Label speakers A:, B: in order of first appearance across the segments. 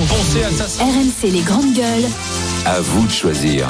A: c'est Alsace.
B: RMC les grandes gueules.
C: À vous de choisir.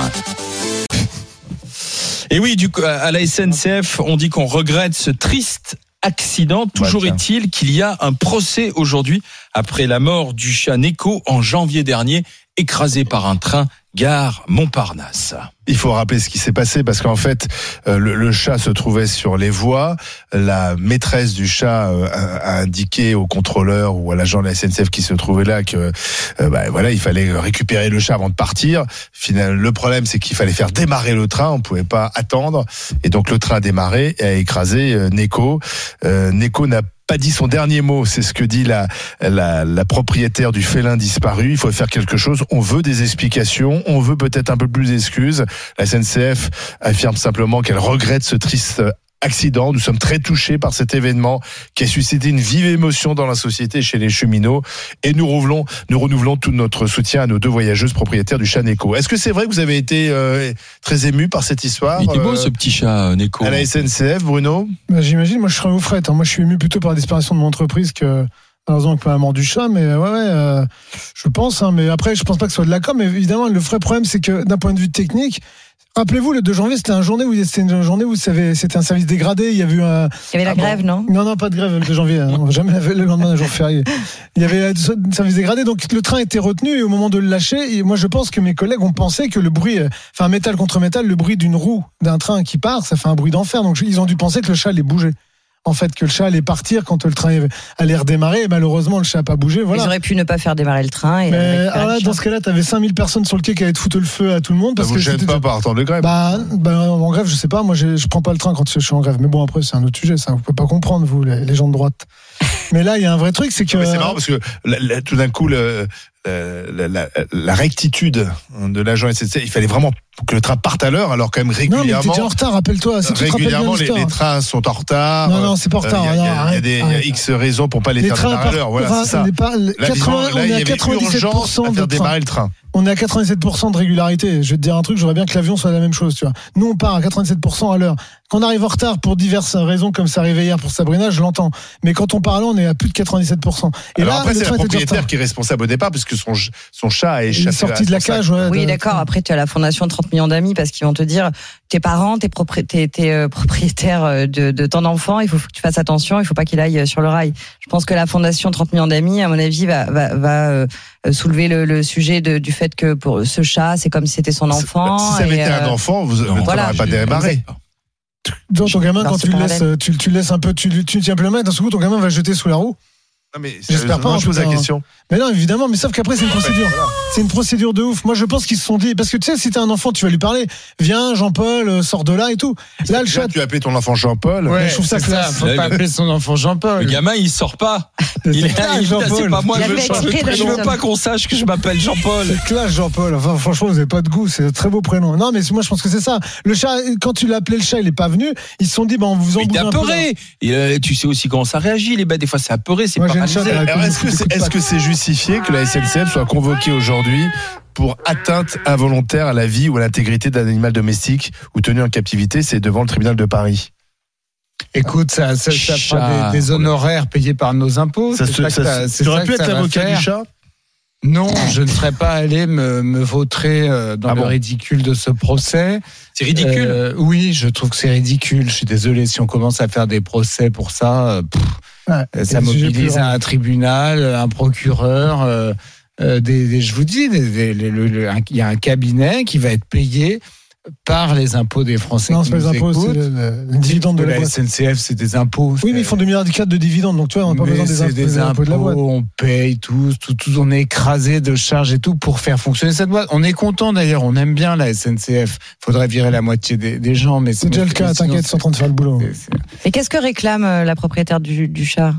A: Et oui, du coup, à la SNCF, on dit qu'on regrette ce triste accident. Toujours
D: Bah, tiens.
A: est-il qu'il y a un procès aujourd'hui après la mort du chat Neko en janvier dernier, écrasé par un train gare Montparnasse.
D: Il faut rappeler ce qui s'est passé parce qu'en fait, euh, le, le chat se trouvait sur les voies. La maîtresse du chat euh, a, a indiqué au contrôleur ou à l'agent de la SNCF qui se trouvait là que euh, bah, voilà, il fallait récupérer le chat avant de partir. Final, le problème, c'est qu'il fallait faire démarrer le train. On pouvait pas attendre. Et donc le train a démarré et a écrasé euh, Neko. Euh, Neko n'a pas dit son dernier mot, c'est ce que dit la, la, la propriétaire du félin disparu. Il faut faire quelque chose. On veut des explications. On veut peut-être un peu plus d'excuses. La SNCF affirme simplement qu'elle regrette ce triste accident. Nous sommes très touchés par cet événement qui a suscité une vive émotion dans la société chez les cheminots. Et nous renouvelons, nous renouvelons tout notre soutien à nos deux voyageuses propriétaires du Chaneco. Est-ce que c'est vrai que vous avez été euh, très ému par cette histoire
A: Il était beau
D: euh,
A: ce petit chat euh, Neko.
D: à la SNCF, Bruno
E: Bah, J'imagine, moi je serais au fret. hein. Moi je suis ému plutôt par la disparition de mon entreprise que malheureusement que par la mort du chat. Mais euh, ouais, ouais, euh, je pense. hein. mais après, je pense pas que ce soit de la com. Mais évidemment, le vrai problème, c'est que d'un point de vue technique, rappelez-vous, le 2 janvier, c'était un journée où c'était une journée où ça avait- c'était un service dégradé. Il y avait eu un,
F: Il y avait la
E: Ah bon
F: grève, non
E: non, non, pas de grève le 2 janvier. hein. On va jamais laver le lendemain d'un jour férié. Il y avait euh, un service dégradé, donc le train était retenu et au moment de le lâcher, et moi je pense que mes collègues ont pensé que le bruit, euh, enfin métal contre métal, le bruit d'une roue d'un train qui part, ça fait un bruit d'enfer. Donc je- ils ont dû penser que le chat allait bouger. En fait, que le chat allait partir quand le train allait redémarrer. Et malheureusement, le chat n'a pas bougé. Voilà.
F: Ils auraient pu ne pas faire démarrer le train. Et
E: Mais
F: récupérer
E: alors là,
F: le chat.
E: dans ce cas-là, t'avais 5000 personnes sur le quai qui allaient te foutre le feu à tout le monde.
D: Ça
E: Parce
D: bah, vous
E: que
D: gêne
E: c'était-
D: pas par temps de grève
E: bah, bah, en grève, je sais pas. Moi, je, je prends pas le train quand je suis en grève. Mais bon, après, c'est un autre sujet. Ça, vous pouvez pas comprendre, vous, les, les gens de droite. Mais là, il y a un vrai truc, c'est que.
D: Non, mais c'est marrant parce que là, là, tout d'un coup, le- le- la, la- la rectitude de l'agent SNCF, il fallait vraiment que le train parte à l'heure, alors quand même
E: non, mais t'es
D: régulièrement.
E: déjà en retard. Rappelle-toi. Si tu te rappelles bien
D: régulièrement, les,
E: l'histoire.
D: les trains sont en retard.
E: Non, non, c'est pas en
D: Euh,
E: retard.
D: Il y a- il y a-
E: Non,
D: il y a
E: arrête,
D: des- il y a
E: arrête.
D: X raisons pour pas les,
E: Les
D: faire
E: trains
D: démarrer à l'heure.
E: partent-
D: Voilà,
E: enfin,
D: c'est ça.
E: les par-
D: Là,
E: 80
D: visiblement,
E: on
D: là, il y
E: est à
D: avait urgence à
E: 97% de
D: faire
E: train.
D: démarrer le train.
E: On est à 87% de régularité. Je vais te dire un truc, j'aimerais bien que l'avion soit la même chose, tu vois. Nous, on part à 87% à l'heure. Quand on arrive en retard pour diverses raisons, comme ça arrivait hier pour Sabrina, je l'entends. Mais quand on parle, on est à plus de 97%. Et
D: Alors
E: là,
D: après,
E: le
D: c'est la
E: train était déjà en
D: propriétaire
E: retard.
D: qui est responsable au départ, puisque son, son chat a
E: Il
D: échappé.
E: est
D: à
E: sorti de la
D: son sac.
E: cage, ouais,
F: Oui,
E: de-
F: d'accord. Après, tu as la fondation de 30 millions d'amis parce qu'ils vont te dire tes parents, tes, propri- tes- tes, euh, propriétaires euh, de, de ton enfant, il faut que tu fasses attention, il faut pas qu'il aille euh, sur le rail. Je pense que la fondation 30 millions d'amis, à mon avis, va, va, va, euh, euh, soulever le, le sujet de- du fait que pour ce chat, c'est comme si c'était son enfant.
D: Si ça avait
F: et,
D: été un
F: euh,
D: enfant, vous,
A: Non,
D: le train
F: voilà.
D: n'aurait pas démarré.
E: Dans ton gamin,
F: Non,
E: quand tu
F: c'est
E: le
F: pas la
E: laisses,
F: même.
E: euh, tu, tu le laisses un peu, tu, lui- tu tiens plus la main, et d'un seul coup, ton gamin va se jeter sous la roue.
D: Non, mais
E: J'espère pas,
D: non,
E: en
D: Je pose
E: tout
D: la
E: cas.
D: question.
E: Mais non, évidemment, mais sauf qu'après,
D: Ah
E: c'est une procédure. C'est une procédure de ouf. Moi, je pense qu'ils se sont dit, parce que tu sais, si t'es un enfant, tu vas lui parler. Viens, Jean-Paul, euh, sors de là et tout. Là, le
D: Déjà,
E: chat,
D: tu as appelé ton enfant Jean-Paul.
E: Mais je trouve ça classe.
G: Faut
A: Là,
G: pas
A: le-
G: appeler son enfant
A: Le
G: Jean-Paul.
A: gamin, il sort pas.
E: c'est
A: Il est là,
E: classe,
A: il est là, c'est
E: Jean-Paul.
A: pas moi,
F: Il
A: je veux
F: avait
A: changer de
F: exprès d'aller
A: prénom. Je veux
F: dans
A: pas
F: un-
A: qu'on sache que je m'appelle Jean-Paul.
E: C'est classe, Jean-Paul. Enfin, franchement, vous avez pas de goût. C'est un très beau prénom. Non, mais moi, je pense que c'est ça. Le chat, quand tu l'as appelé le chat, il est pas venu. Ils se sont dit, bah, on vous
A: Il
E: embrouille
A: t'a
E: un peu.
A: apeuré. Et, euh, tu sais aussi comment ça réagit, les bêtes. Des fois, c'est apeuré, c'est
E: Moi,
A: pas
E: j'ai une chatte à la
D: Alors, Est-ce que c'est est-ce que c'est justifié que la SNCF soit convoquée aujourd'hui pour atteinte involontaire à la vie ou à l'intégrité d'un animal domestique ou tenu en captivité C'est devant le tribunal de Paris.
G: Écoute, ça, ça, ça
A: Chat.
G: fera des, des honoraires payés par nos impôts.
D: Ça
G: c'est
D: se-
G: ça que
D: ça
G: ça-
D: se-
G: c'est ça
D: J'aurais
G: que
D: pu
G: ça
D: être
G: va
D: l'avocat du
G: faire.
D: chat
G: Non, je ne serais pas allé me, me vautrer euh, dans
D: Ah
G: le
D: bon
G: ridicule de ce procès.
A: C'est ridicule.
G: Euh, oui, je trouve que c'est ridicule. Je suis désolé si on commence à faire des procès pour ça. euh, pff,
E: Ouais,
G: euh,
E: c'est
G: ça
E: le sujet plus
G: mobilise
E: grave.
G: un tribunal, euh, un procureur. euh, euh, des, des- je vous dis, des- des- le- le- le- un- il y a un cabinet qui va être payé par les impôts des Français.
E: Non,
G: qui
E: c'est pas les
G: nous
E: impôts, c'est
G: écoutent.
E: le, le- le dividende de la boîte.
G: SNCF, c'est des impôts.
E: Oui, mais ils font 2 milliards de dividendes, donc tu vois, on n'a pas
G: Mais
E: besoin des impôts, des
G: c'est
E: impôts de la boîte.
G: on paye tous, tout, tout, on est écrasé de charges et tout pour faire fonctionner cette boîte. On est content d'ailleurs, on aime bien la SNCF. Faudrait virer la moitié des, des gens, mais
E: C'est déjà le cas,
G: mais sinon,
E: t'inquiète, ils sont en train de faire le boulot.
G: c'est- c'est-
F: Mais qu'est-ce que réclame euh, la propriétaire du, du chat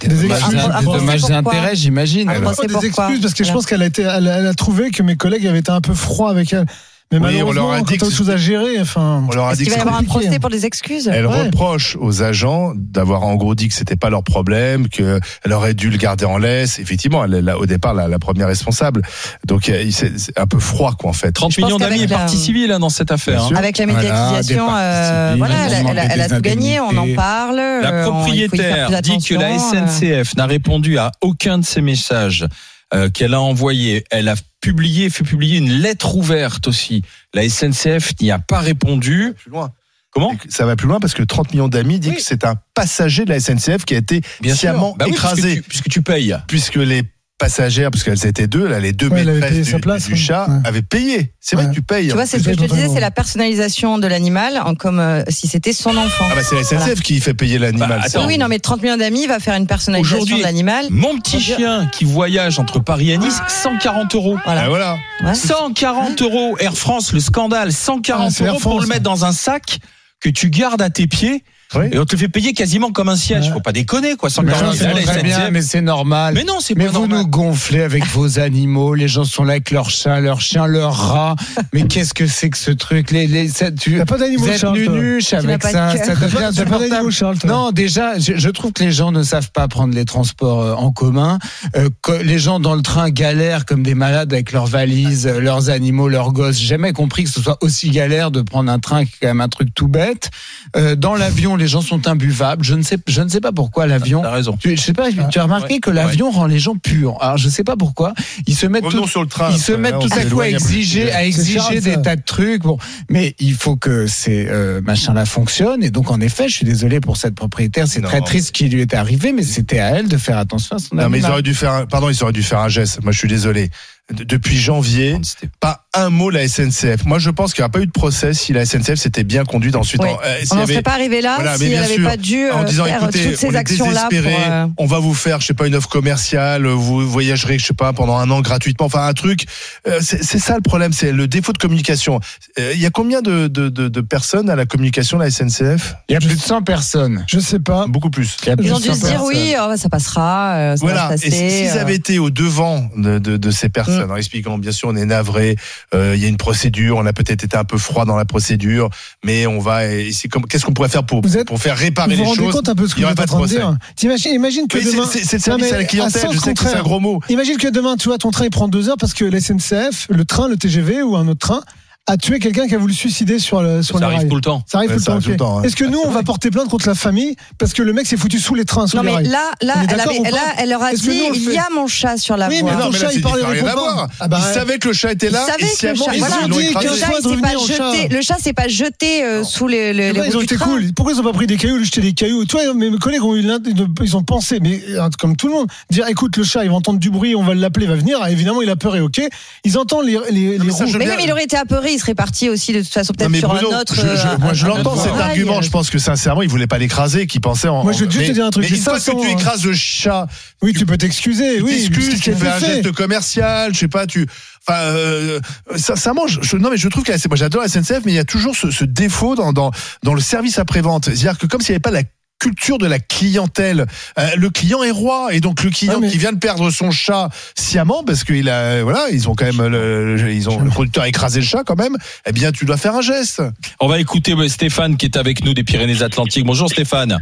G: Des
E: Des
G: dommages,
E: excuses.
G: des
E: Ah, pourquoi
G: dommages d'intérêt, j'imagine.
F: Ah,
G: alors.
F: c'est
E: des
F: pourquoi.
E: excuses parce que je
F: Voilà.
E: pense qu'elle a été, elle, elle a trouvé que mes collègues avaient été un peu froids avec elle. Mais
D: Oui, on
E: malheureusement,
D: leur a
E: quand
D: dit
E: t'as
D: que
E: autre chose à gérer, enfin.
D: On leur a
F: Est-ce
D: dit
F: qu'il
D: que
F: va y
D: c'était-
F: avoir un
E: compliqué,
F: procès
E: hein.
F: pour des excuses
D: elle
E: Ouais.
D: reproche aux agents d'avoir en gros dit que c'était pas leur problème, que elle aurait dû le garder en laisse. Effectivement, elle est là, au départ la, la première responsable. Donc euh, il- c'est c'est un peu froid quoi en fait.
A: 30
F: Je pense
A: millions d'amis et
F: qu'avec la-
A: partie civile hein, dans cette affaire.
D: Bien
A: hein.
D: sûr.
F: Avec la
G: Voilà,
F: médiatisation,
G: des parties
F: euh,
G: civiles,
F: voilà,
G: on
F: elle, a- elle a-
G: demande
F: elle a
G: des
F: tout gagné, on en
G: indemnités.
F: parle.
A: La
F: euh, on- il faut y faire plus
A: propriétaire dit que
F: attention,
A: la
F: euh.
A: SNCF n'a répondu à aucun de ses messages. euh, qu'elle a envoyée. Elle a publié, fait publier une lettre ouverte aussi. La SNCF n'y a pas répondu.
D: Plus loin.
A: Comment
D: Ça va plus loin parce que 30 millions d'amis disent
A: Oui.
D: que c'est un passager de la SNCF qui a été
A: sûr.
D: sciemment
A: Bah oui, puisque
D: écrasé.
A: tu- puisque tu payes.
D: puisque les passagères, parce qu'elles étaient deux, là, les deux
E: Ouais, elle avait payé
D: maîtresses
E: sa
D: du,
E: place,
D: du
E: ouais.
D: chat
E: Ouais.
D: avaient payé. C'est vrai
E: Ouais.
D: que tu payes. hein.
F: Tu vois, c'est
E: c'est
F: ce que je te
E: vraiment-
F: disais, c'est la personnalisation de l'animal, en comme euh, si c'était son enfant.
D: ah bah c'est la SNCF
F: Voilà.
D: qui fait payer l'animal.
A: Bah,
D: ça.
A: attends.
F: Oui, oui, non, mais 30 millions d'amis va faire une personnalisation
A: Aujourd'hui-
F: de l'animal.
A: Mon petit chien qui voyage entre Paris et Nice, 140 euros.
D: Ah, voilà.
F: Ouais.
A: 140 euros Air France, le scandale, 140
E: Ah, c'est Air
A: euros pour
E: France.
A: le mettre dans un sac que tu gardes à tes pieds
D: Oui.
A: et on te le fait payer quasiment comme un siège.
E: Ouais.
A: Faut pas déconner quoi,
G: Mais
A: 140
G: non,
A: euros.
G: c'est
A: la
G: très bien,
A: SNCF.
G: mais c'est normal.
A: Mais non, c'est
G: Mais
A: pas
G: vous
A: normal.
G: nous gonflez avec vos animaux, les gens sont là avec leurs chats, leurs chiens, leurs rats. Mais qu'est-ce que c'est que ce truc les, les, ça, tu,
E: T'as pas d'animaux
G: Vous
E: de
G: êtes
E: Charles. toi.
G: nunuche
F: n'as
G: avec
F: pas de
G: ça,
F: cœur.
G: ça
E: T'as
G: devient
E: pas- t'as pas d'animaux
G: insupportable.
E: de Charles. toi.
G: Non, déjà, je, je trouve que les gens ne savent pas prendre les transports euh, en commun. Euh, que les gens dans le train galèrent comme des malades avec leurs valises, euh, leurs animaux, leurs gosses. J'ai jamais compris que ce soit aussi galère de prendre un train qui est quand même un truc tout bête. Euh, dans l'avion, les gens sont imbuvables. Je ne sais, je ne sais pas pourquoi l'avion.
A: T'as raison.
G: Tu, je sais pas, tu as remarqué que l'avion rend les gens purs. Alors je sais pas pourquoi. Ils se mettent
D: Revenons
G: tout,
D: sur le train.
G: ils se
D: Là,
G: mettent
D: on
G: tout à coup à
D: s'éloigne un peu.
G: exiger, à exiger
E: Charles,
G: des
E: ça.
G: tas de trucs. Bon, mais il faut que ces euh, machins-là fonctionnent. Et donc, en effet, je suis désolé pour cette propriétaire. C'est
D: Non.
G: très triste ce qui lui est arrivé, mais c'était à elle de faire attention à son
D: Non, mais ils
G: animal.
D: auraient dû faire un, pardon, ils auraient dû faire un geste. Moi, je suis désolé. De- Depuis janvier, pas un mot la SNCF. Moi, je pense qu'il n'y aura pas eu de procès si la SNCF s'était bien conduite ensuite.
F: Ouais.
D: En, euh, s'il
F: On
D: y
F: n'en
D: avait-
F: serait pas arrivé là
D: Voilà, mais
F: si
D: bien
F: elle n'avait
D: sûr.
F: pas dû
D: en
F: euh,
D: disant
F: faire
D: écoutez,
F: toutes
D: on
F: ces
D: est
F: actions-là pour.
D: désespérés,
F: euh,
D: on va vous faire, je sais pas, une offre commerciale, vous voyagerez, je sais pas, pendant un an gratuitement, enfin un truc. Euh, c'est c'est ça le problème, c'est le défaut de communication. Euh, Il y a combien de, de, de, de personnes à la communication, la SNCF
G: Il y a plus de 100 personnes.
E: Je sais pas.
D: Beaucoup plus.
G: Il y a plus
F: Ils
G: de
F: ont dû
G: 100
F: se dire
G: personnes.
F: oui, oh, ça passera, euh, ça
D: Voilà,
F: va
D: et
F: se passer.
D: s'ils
F: euh.
D: avaient été au devant de, de, de ces personnes, en expliquant, bien sûr, on est navré, euh, il y a une procédure, on a peut-être été un peu froid dans la procédure, mais on va essayer, comme- qu'est-ce qu'on pourrait faire pour,
E: Vous êtes-
D: pour faire
E: Vous
D: réparer
E: vous
D: les
E: rendez
D: choses
E: compte un peu de ce que
D: il y aurait
E: vous êtes
D: pas
E: en
D: de
E: train de
D: procès.
E: dire T'imagines, imagine que
D: Mais
E: demain.
D: c'est- C'est c'est le
E: Non,
D: service
E: mais
D: à la clientèle,
E: sens
D: je sais que c'est un
E: contraire.
D: gros mot.
E: Imagine que demain, tu vois, ton train il prend deux heures parce que la SNCF, le train, le TGV ou un autre train a tué quelqu'un qui a voulu se suicider sur le sur
A: Ça
E: le rail.
A: arrive tout le temps.
E: Ça arrive
D: Ouais,
E: tout le
D: ça
E: temps.
D: arrive tout le
E: ok.
D: temps, hein.
E: Est-ce que nous, on va porter plainte contre la famille parce que le mec s'est foutu sous les trains, sous
F: Non
E: les
F: mais
E: rails
F: là, là,
E: On est
F: elle,
E: d'accord
F: avait-
E: ou pas
F: là, elle leur a
E: Est-ce que
F: dit
E: nous, on le
F: il y
E: fait
F: a mon chat sur la
E: Oui,
F: voie.
E: mais
D: Mais
E: ton
D: non, mais
E: chat,
D: là,
E: il
D: c'est
E: parlait
D: différent,
E: avec
D: rien à
E: ton pain.
D: voir.
E: Ah bah ouais.
D: Ils savaient que le chat était
F: Ils
D: là
F: savaient
D: et
F: que le
D: sciemment,
F: chat,
D: ils
F: voilà.
D: l'ont
E: Ils ont dit
D: écrasé.
E: que
F: le
E: le
F: chat,
E: choix de
F: il s'est pas
E: revenir au
F: jeté.
E: chat.
F: Le chat s'est pas jeté euh, sous les, les,
E: Et
F: les
E: ben, ils
F: roues
E: ont
F: du
E: été
F: train.
E: cool. Pourquoi ils ont pas pris des cailloux, ils ont jeté des cailloux Toi, euh, mes mes collègues ont eu l'int- ils ont pensé, mais euh, comme tout le monde, dire écoute, le chat, il va entendre du bruit, on va l'appeler, il va venir. Ah, évidemment, il a peur et ok. Ils entendent les, les,
D: Non,
E: les
D: mais ça,
E: roues.
D: je veux
F: Mais
D: bien-
F: même il aurait été apeuré, il serait parti aussi de toute façon
D: Non,
F: peut-être
D: mais
F: sur
D: Bruno,
F: un autre.
D: je-
F: euh,
D: je- moi, je
F: un- un
D: l'entends
F: autre
D: cet
F: rail.
D: argument. Je pense que sincèrement, ils voulaient pas l'écraser, et qu'ils pensaient en.
E: Moi, je veux juste
D: mais-
E: te dire un truc,
D: Mais
E: j'ai
D: une fois
E: 500,
D: que tu
E: hein.
D: écrases le chat,
E: Oui, tu peux t'excuser.
D: tu
E: Oui,
D: t'excuses,
E: c'est ce
D: tu
E: qu'elle
D: fais un
E: fait.
D: geste commercial, je sais pas, tu. Enfin, euh, ça, ça mange. Je- non, mais je trouve que la- moi j'adore la SNCF, mais il y a toujours ce, ce défaut dans, dans, dans le service après-vente. C'est-à-dire que comme s'il n'y avait pas la culture de la clientèle, euh, le client est roi et donc le client
E: Ouais, Ah, mais-
D: qui vient de perdre son chat sciemment parce qu'il a voilà ils ont quand même le, le- ils ont le conducteur a écrasé le chat quand même eh bien tu dois faire un geste
A: On va écouter euh, Stéphane qui est avec nous des Pyrénées-Atlantiques. Bonjour Stéphane.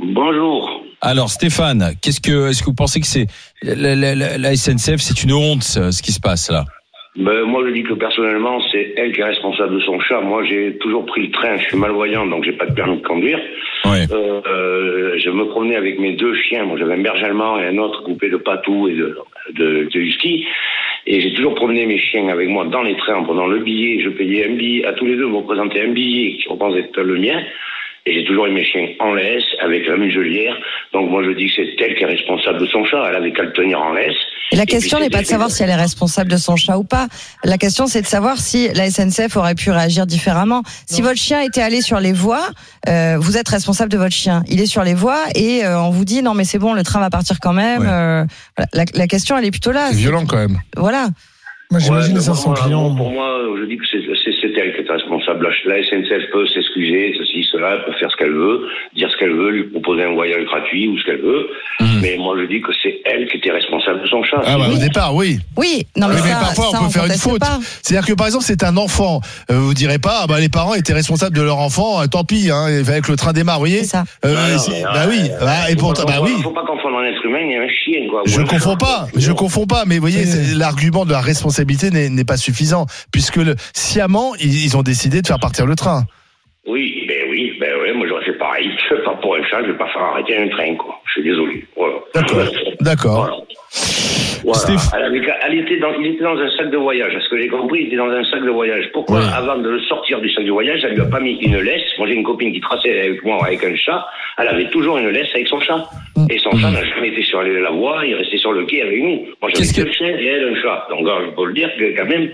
B: Bonjour.
A: Alors Stéphane, qu'est-ce que est-ce que vous pensez que c'est la, la- la- la SNCF, c'est une honte ce ce qui se passe là.
B: Ben, moi, je dis que personnellement, c'est elle qui est responsable de son chat. Moi, j'ai toujours pris le train. Je suis malvoyant, donc j'ai pas de permis de conduire.
A: Ouais.
B: Euh, euh, je me promenais avec mes deux chiens. Moi, j'avais un berger allemand et un autre coupé de patou et de, de, de husky. Et j'ai toujours promené mes chiens avec moi dans les trains en prenant le billet. Je payais un billet. À tous les deux, vous présentez un billet qui représente être le mien. Et j'ai toujours eu mes chiens en laisse, avec la muselière. Donc moi, je dis que c'est elle qui est responsable de son chat. Elle avait qu'à le tenir en laisse.
F: Et la
B: Et puis,
F: question
B: c'est
F: n'est pas de
B: des-
F: savoir si elle est responsable de son chat ou pas. La question, c'est de savoir si la SNCF aurait pu réagir différemment. Si votre chien était allé sur les voies, euh, vous êtes responsable de votre chien. Il est sur les voies et euh, on vous dit non, mais c'est bon, le train va partir quand même.
D: Ouais.
F: Euh, voilà. la, la question, elle est plutôt là.
D: c'est violent quand même
F: Voilà.
E: Moi,
B: Ouais,
E: j'imagine
B: mais
E: les 500
B: pour moi,
E: clients.
B: Pour moi, je dis que c'est c'est- c'est elle qui est responsable. La SNCF peut s'excuser, ceci, cela, peut faire ce qu'elle veut, dire ce qu'elle veut, lui proposer un voyage gratuit ou ce qu'elle veut. Mais moi, je dis que c'est elle qui était responsable de son chat.
D: Mhm. ah bah, au départ oui
F: Oui, non, Ah,
D: Oui,
F: mais,
D: mais
F: ça,
D: parfois, on
F: ça,
D: peut faire une
F: conteste
D: faute.
F: pas.
D: C'est-à-dire que par exemple, c'est un enfant. Euh, vous direz pas, ah bah, les parents étaient responsables de leur enfant. euh, tant pis, hein, il fallait que le train démarre, vous
F: C'est
D: voyez.
F: ça.
D: Euh,
B: Ah non,
D: c'est-
B: mais,
D: bah
B: euh,
D: oui. bah, et
B: Faut
D: pour,
B: pas
D: bah
B: confondre-
D: oui.
B: Faut pas confondre un être humain et un chien, quoi.
D: Je
B: Ou un
D: confonds pas,
B: chat.
D: je confonds pas, mais vous voyez,
E: Oui.
D: c'est- l'argument de la responsabilité n'est n'est pas suffisant, puisque le, sciemment, ils, ils ont décidé de faire partir le train.
B: Oui, ben oui, ben oui, moi j'aurais fait pareil. Pas pour un chat, je vais pas faire arrêter un train, quoi. Je suis désolé. Voilà.
D: D'accord. D'accord.
B: Voilà. Voilà.
A: Steph-
B: Elle avait qu'à- elle était dans, il était dans un sac de voyage. À ce que j'ai compris, il était dans un sac de voyage. Pourquoi,
D: Ouais.
B: avant de le sortir du sac de voyage, elle lui a pas mis une laisse Moi, j'ai une copine qui traçait avec moi avec un chat. Elle avait toujours une laisse avec son chat.
D: Mm.
B: Et son chat n'a jamais été sur la voie. Il restait sur le quai avec nous. Moi, j'avais
A: Qu'est-ce que-
B: deux chiens et elle un chat. Donc, euh, je peux le dire que quand même,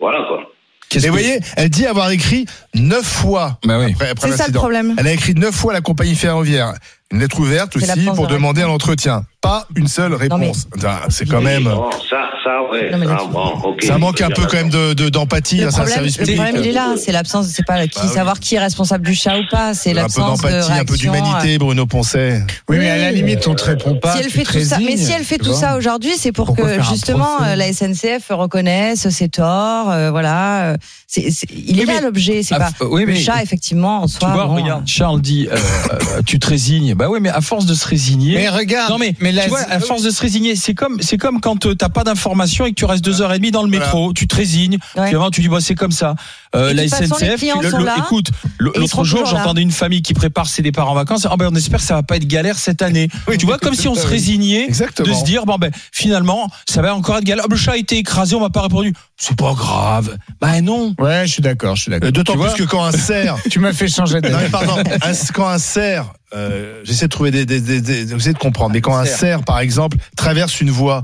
B: voilà quoi.
A: Qu'est-ce
D: Et
A: que-
D: vous voyez, elle dit avoir écrit neuf fois
A: Bah oui.
D: après, après
F: C'est ça le
D: l'accident.
F: problème.
D: Elle a écrit neuf fois à la compagnie ferroviaire. Une lettre ouverte
F: C'est la
D: aussi
F: France
D: pour
F: de
D: demander un entretien. Pas une seule
F: Non, mais-
D: réponse. Ah, C'est quand même.
B: Bon, ça, ça, ouais.
F: Non, mais
B: Ah,
F: là-dessus-
B: bon, ok.
D: Ça manque un peu quand même de- de- d'empathie.
F: Le
D: hein, c'est un
F: problème,
D: service
F: le
D: public.
F: problème, il est là. C'est l'absence, c'est pas qui,
D: Bah oui.
F: savoir qui est responsable du chat ou pas. C'est
D: Un peu
F: l'absence de
D: d'empathie,
F: réaction. euh.
D: un peu d'humanité, Bruno Poncet.
G: Oui, mais à la limite, on te répond pas.
F: Si elle
G: tu
F: fait
G: te
F: tout ça, mais
G: résignes,
F: si elle fait
G: tu
F: tout
G: vois.
F: ça aujourd'hui, c'est pour
G: Pourquoi
F: que
G: faire un
F: justement
G: procès
F: euh, la SNCF reconnaisse ses torts. euh, voilà, euh, c'est- c'est- il est
A: Oui,
F: là
A: mais-
F: l'objet. C'est
A: Ah,
F: pas
A: f- oui,
F: le
A: mais-
F: chat effectivement en soi.
A: Tu vois,
F: bon,
A: regarde, Charles dit, euh, euh, tu te résignes. Bah oui, mais à force de se résigner.
G: Mais regarde.
A: non mais,
G: la-
A: tu vois, à force de se résigner, c'est comme c'est comme quand euh, t'as pas d'information et que tu restes deux heures et demie dans le métro, tu te résignes.
F: Ouais.
A: Puis avant tu dis bah c'est comme ça.
F: Et
A: Euh,
F: de
A: la
F: toute façon, les
A: SNCF,
F: clients
A: le-
F: sont
A: le-
F: là,
A: écoute, le-
F: ils
A: l'autre
F: seront
A: jour
F: toujours là.
A: j'entendais une famille qui prépare ses départs en vacances. Ah ben on espère que ça va pas être galère cette année. tu vois, comme si on se résignait
D: Exactement.
A: de se dire bon ben finalement ça va encore être galère. Ah, Le chat a été écrasé, on m'a pas répondu. C'est pas grave. Bah non.
G: Ouais, je suis d'accord, je suis d'accord.
D: Euh, D'autant
A: Tu
D: plus
A: vois
D: que quand un cerf.
G: Tu m'as fait changer
D: Non, mais
G: d'avis.
D: pardon. un- quand un cerf, euh, j'essaie de trouver des, des, des- des- j'essaie de comprendre. Mais quand un cerf, par exemple, traverse une voie,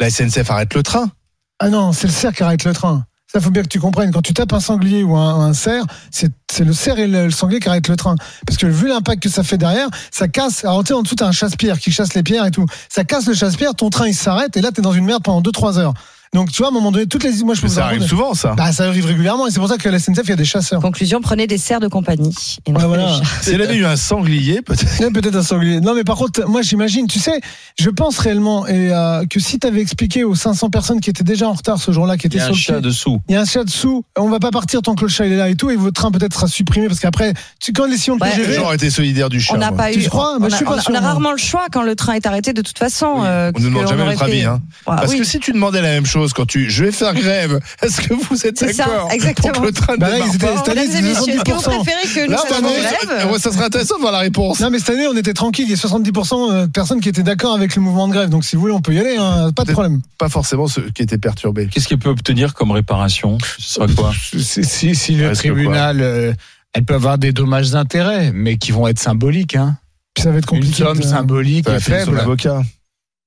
D: la SNCF arrête le train.
E: Ah non, c'est le cerf qui arrête le train. Ça, faut bien que tu comprennes. Quand tu tapes un sanglier ou un, un cerf, c'est c'est le cerf et le, le sanglier qui arrêtent le train. Parce que vu l'impact que ça fait derrière, ça casse. Alors, tu sais, en dessous, t'as un chasse-pierre qui chasse les pierres et tout. Ça casse le chasse-pierre, ton train, il s'arrête et là, t'es dans une merde pendant 2-3 heures. Donc, tu vois, à un moment donné, toutes les. Moi, je peux
D: Mais
E: vous en
D: ça arrive
E: raconter.
D: souvent, ça.
E: Bah, ça arrive régulièrement et c'est pour ça que la SNCF, il y a des chasseurs.
F: Conclusion, prenez des cerfs de compagnie. Et non
E: Ouais,
F: pas des
E: voilà.
F: chats.
D: Si elle avait eu un sanglier, peut-être.
E: Ouais, peut-être un sanglier. Non, mais par contre, moi j'imagine, tu sais, je pense réellement et, euh, que si t'avais expliqué aux 500 personnes qui étaient déjà en retard ce jour-là, qui
A: Il y
E: étaient
A: a
E: sur
A: un
E: le
A: chat
E: quai,
A: dessous.
E: il y a un chat dessous, on va pas partir tant que le chat il est là et tout, et votre train peut-être sera supprimé parce qu'après, tu, quand les sillons de
F: Ouais.
E: TGV,
D: Les gens auraient été solidaires du chat.
F: On n'a
D: moi.
F: pas
E: Tu
F: eu.
E: crois
F: on,
E: Moi,
F: a,
E: je suis pas
F: on a-
E: sûr,
F: on a
E: moi.
F: rarement le choix quand le train est arrêté de toute façon. euh,
D: On ne demande
F: que
D: jamais
F: l'on
D: notre
F: aurait
D: avis.
F: fait.
D: Hein.
F: Ouais,
D: Parce
F: oui.
D: que si tu demandais la même chose quand tu je vais faire grève, est-ce que vous êtes
F: C'est ça,
D: d'accord
F: exactement.
D: pour que le train ne
E: Bah là,
D: démarre
E: ils étaient-
D: pas
E: c'était-
F: Mesdames et messieurs, est-ce que vous
E: 70%.
F: préférez que nous
D: Là,
F: soyons en
D: cette
F: grève
D: année, ça serait intéressant de voir la réponse.
E: Non mais cette année on était tranquille, il y a 70% de euh, personnes qui étaient d'accord avec le mouvement de grève, donc si vous voulez on peut y aller, hein, pas de
D: Peut-être-
E: problème.
D: Pas forcément ceux qui étaient perturbés.
A: Qu'est-ce qu'elle peut obtenir comme réparation Ce sera quoi
G: Si, si- si le
D: Reste
G: tribunal, euh, elle peut avoir des dommages d'intérêt, mais qui vont être symboliques. Hein.
E: Puis ça va être
G: Une
E: compliqué.
G: somme
E: de-
G: symbolique
D: Ça
G: et
D: va payer son
G: faible.
D: avocat.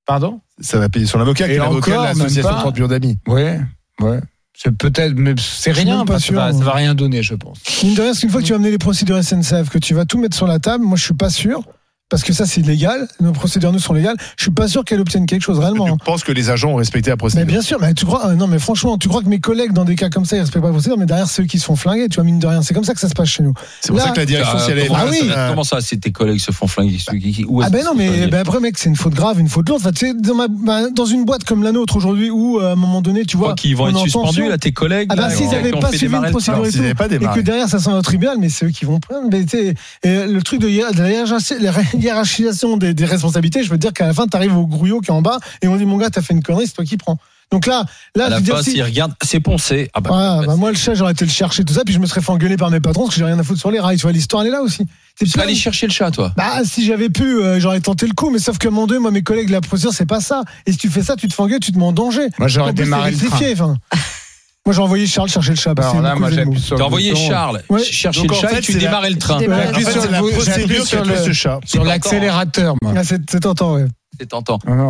G: Pardon
D: Ça va payer son avocat, qui
G: Et
D: est l'avocat de
G: encore, même
D: l'association
G: pas.
D: 30 millions d'amis.
G: Ouais, ouais. C'est peut-être, mais c'est
E: Je suis
G: rien,
E: même pas
G: parce que
E: sûr, hein.
G: ça va-
E: moi.
G: ça va rien donner, je pense.
E: Mine de rien, parce qu'une fois que tu vas amener les procédures SNCF, que tu vas tout mettre sur la table, moi je suis pas sûr, parce que ça c'est illégal, nos procédures nous sont légales, je suis pas sûr qu'elles obtiennent quelque chose réellement.
D: Je
E: hein.
D: pense que les agents ont respecté la
E: Mais
D: procédure.
E: bien sûr, mais tu crois, euh, non, mais franchement, tu crois que mes collègues dans des cas comme ça, ils respectent pas la procédure, mais derrière ceux qui se font flinguer, tu vois, mine de rien, c'est comme ça que ça se passe chez nous.
D: C'est pour
E: Là-
D: ça que la direction, si elle avait
A: comment,
E: Ah oui.
A: ça, comment ça, c'est tes collègues se font flinguer ceux qui- qui- où est-ce
E: Ah ben
A: que
E: non,
A: ça se
E: mais
A: fait
E: ben après, mec, c'est une faute grave, une faute lourde. Enfin, tu sais, dans, ma- ma- dans une boîte comme la nôtre aujourd'hui, où euh, à un moment donné, tu
A: Je
E: vois,
A: crois qu'ils vont
E: on
A: être
E: est en
A: suspendus,
E: tension.
A: là, tes collègues.
E: Ah bah,
A: là,
E: s'ils
A: qui-
E: avaient
A: qui ont
E: pas
A: fait
E: suivi
A: démarrer le
E: une procédure
A: train.
E: et
D: s'ils n'avaient pas
E: et que
D: démarré.
E: derrière ça sent au tribunal, mais c'est eux qui vont prendre. Mais tu sais, et le truc de hiér- de la hiérarchi- la hiérarchisation des, des responsabilités, je veux te dire qu'à la fin, t'arrives au grouillot qui est en bas et on dit mon gars, t'as fait une connerie, c'est toi qui prends. Donc là, là,
A: À
E: je
A: la
E: veux dire,
A: fin,
E: si-
A: s'ils regardent, c'est poncé. Ah bah,
E: Voilà,
A: bah,
E: bah moi le chat j'aurais été le chercher tout ça puis je me serais fait engueuler par mes patrons parce que j'ai rien à foutre sur les rails tu vois l'histoire elle est là aussi c'est
A: tu vas
E: plein
A: aller
E: de-
A: chercher le chat, toi.
E: bah si j'avais pu euh, j'aurais tenté le coup mais sauf que mon dieu moi mes collègues la procédure c'est pas ça et si tu fais ça tu te fais engueuler tu te mets en danger
G: Moi,
E: En
G: j'aurais
E: plus,
G: démarré
E: c'est
G: le train.
E: électrifié, enfin. moi j'ai envoyé Charles chercher le chat parce que c'est
G: Alors là,
E: beaucoup
G: moi,
E: de jeux de
G: j'appuie
E: mots.
G: sur
A: T'as
G: le
A: envoyé
G: bouton.
A: Charles
E: Ouais.
A: chercher
D: Donc,
A: le
D: en
A: chat
D: fait,
A: et tu
D: c'est la-
A: démarrais le train.
F: Tu démarres
D: En
G: J'appuie
D: fait,
G: sur
D: c'est
G: le
D: la
G: bou- j'appuie
D: procédure qui
G: sur
D: a tué
G: le-
D: ce chat.
G: Sur l'accélérateur, moi.
E: Ah, c'est c'est tentant ouais
A: C'est tentant.
G: Non, non.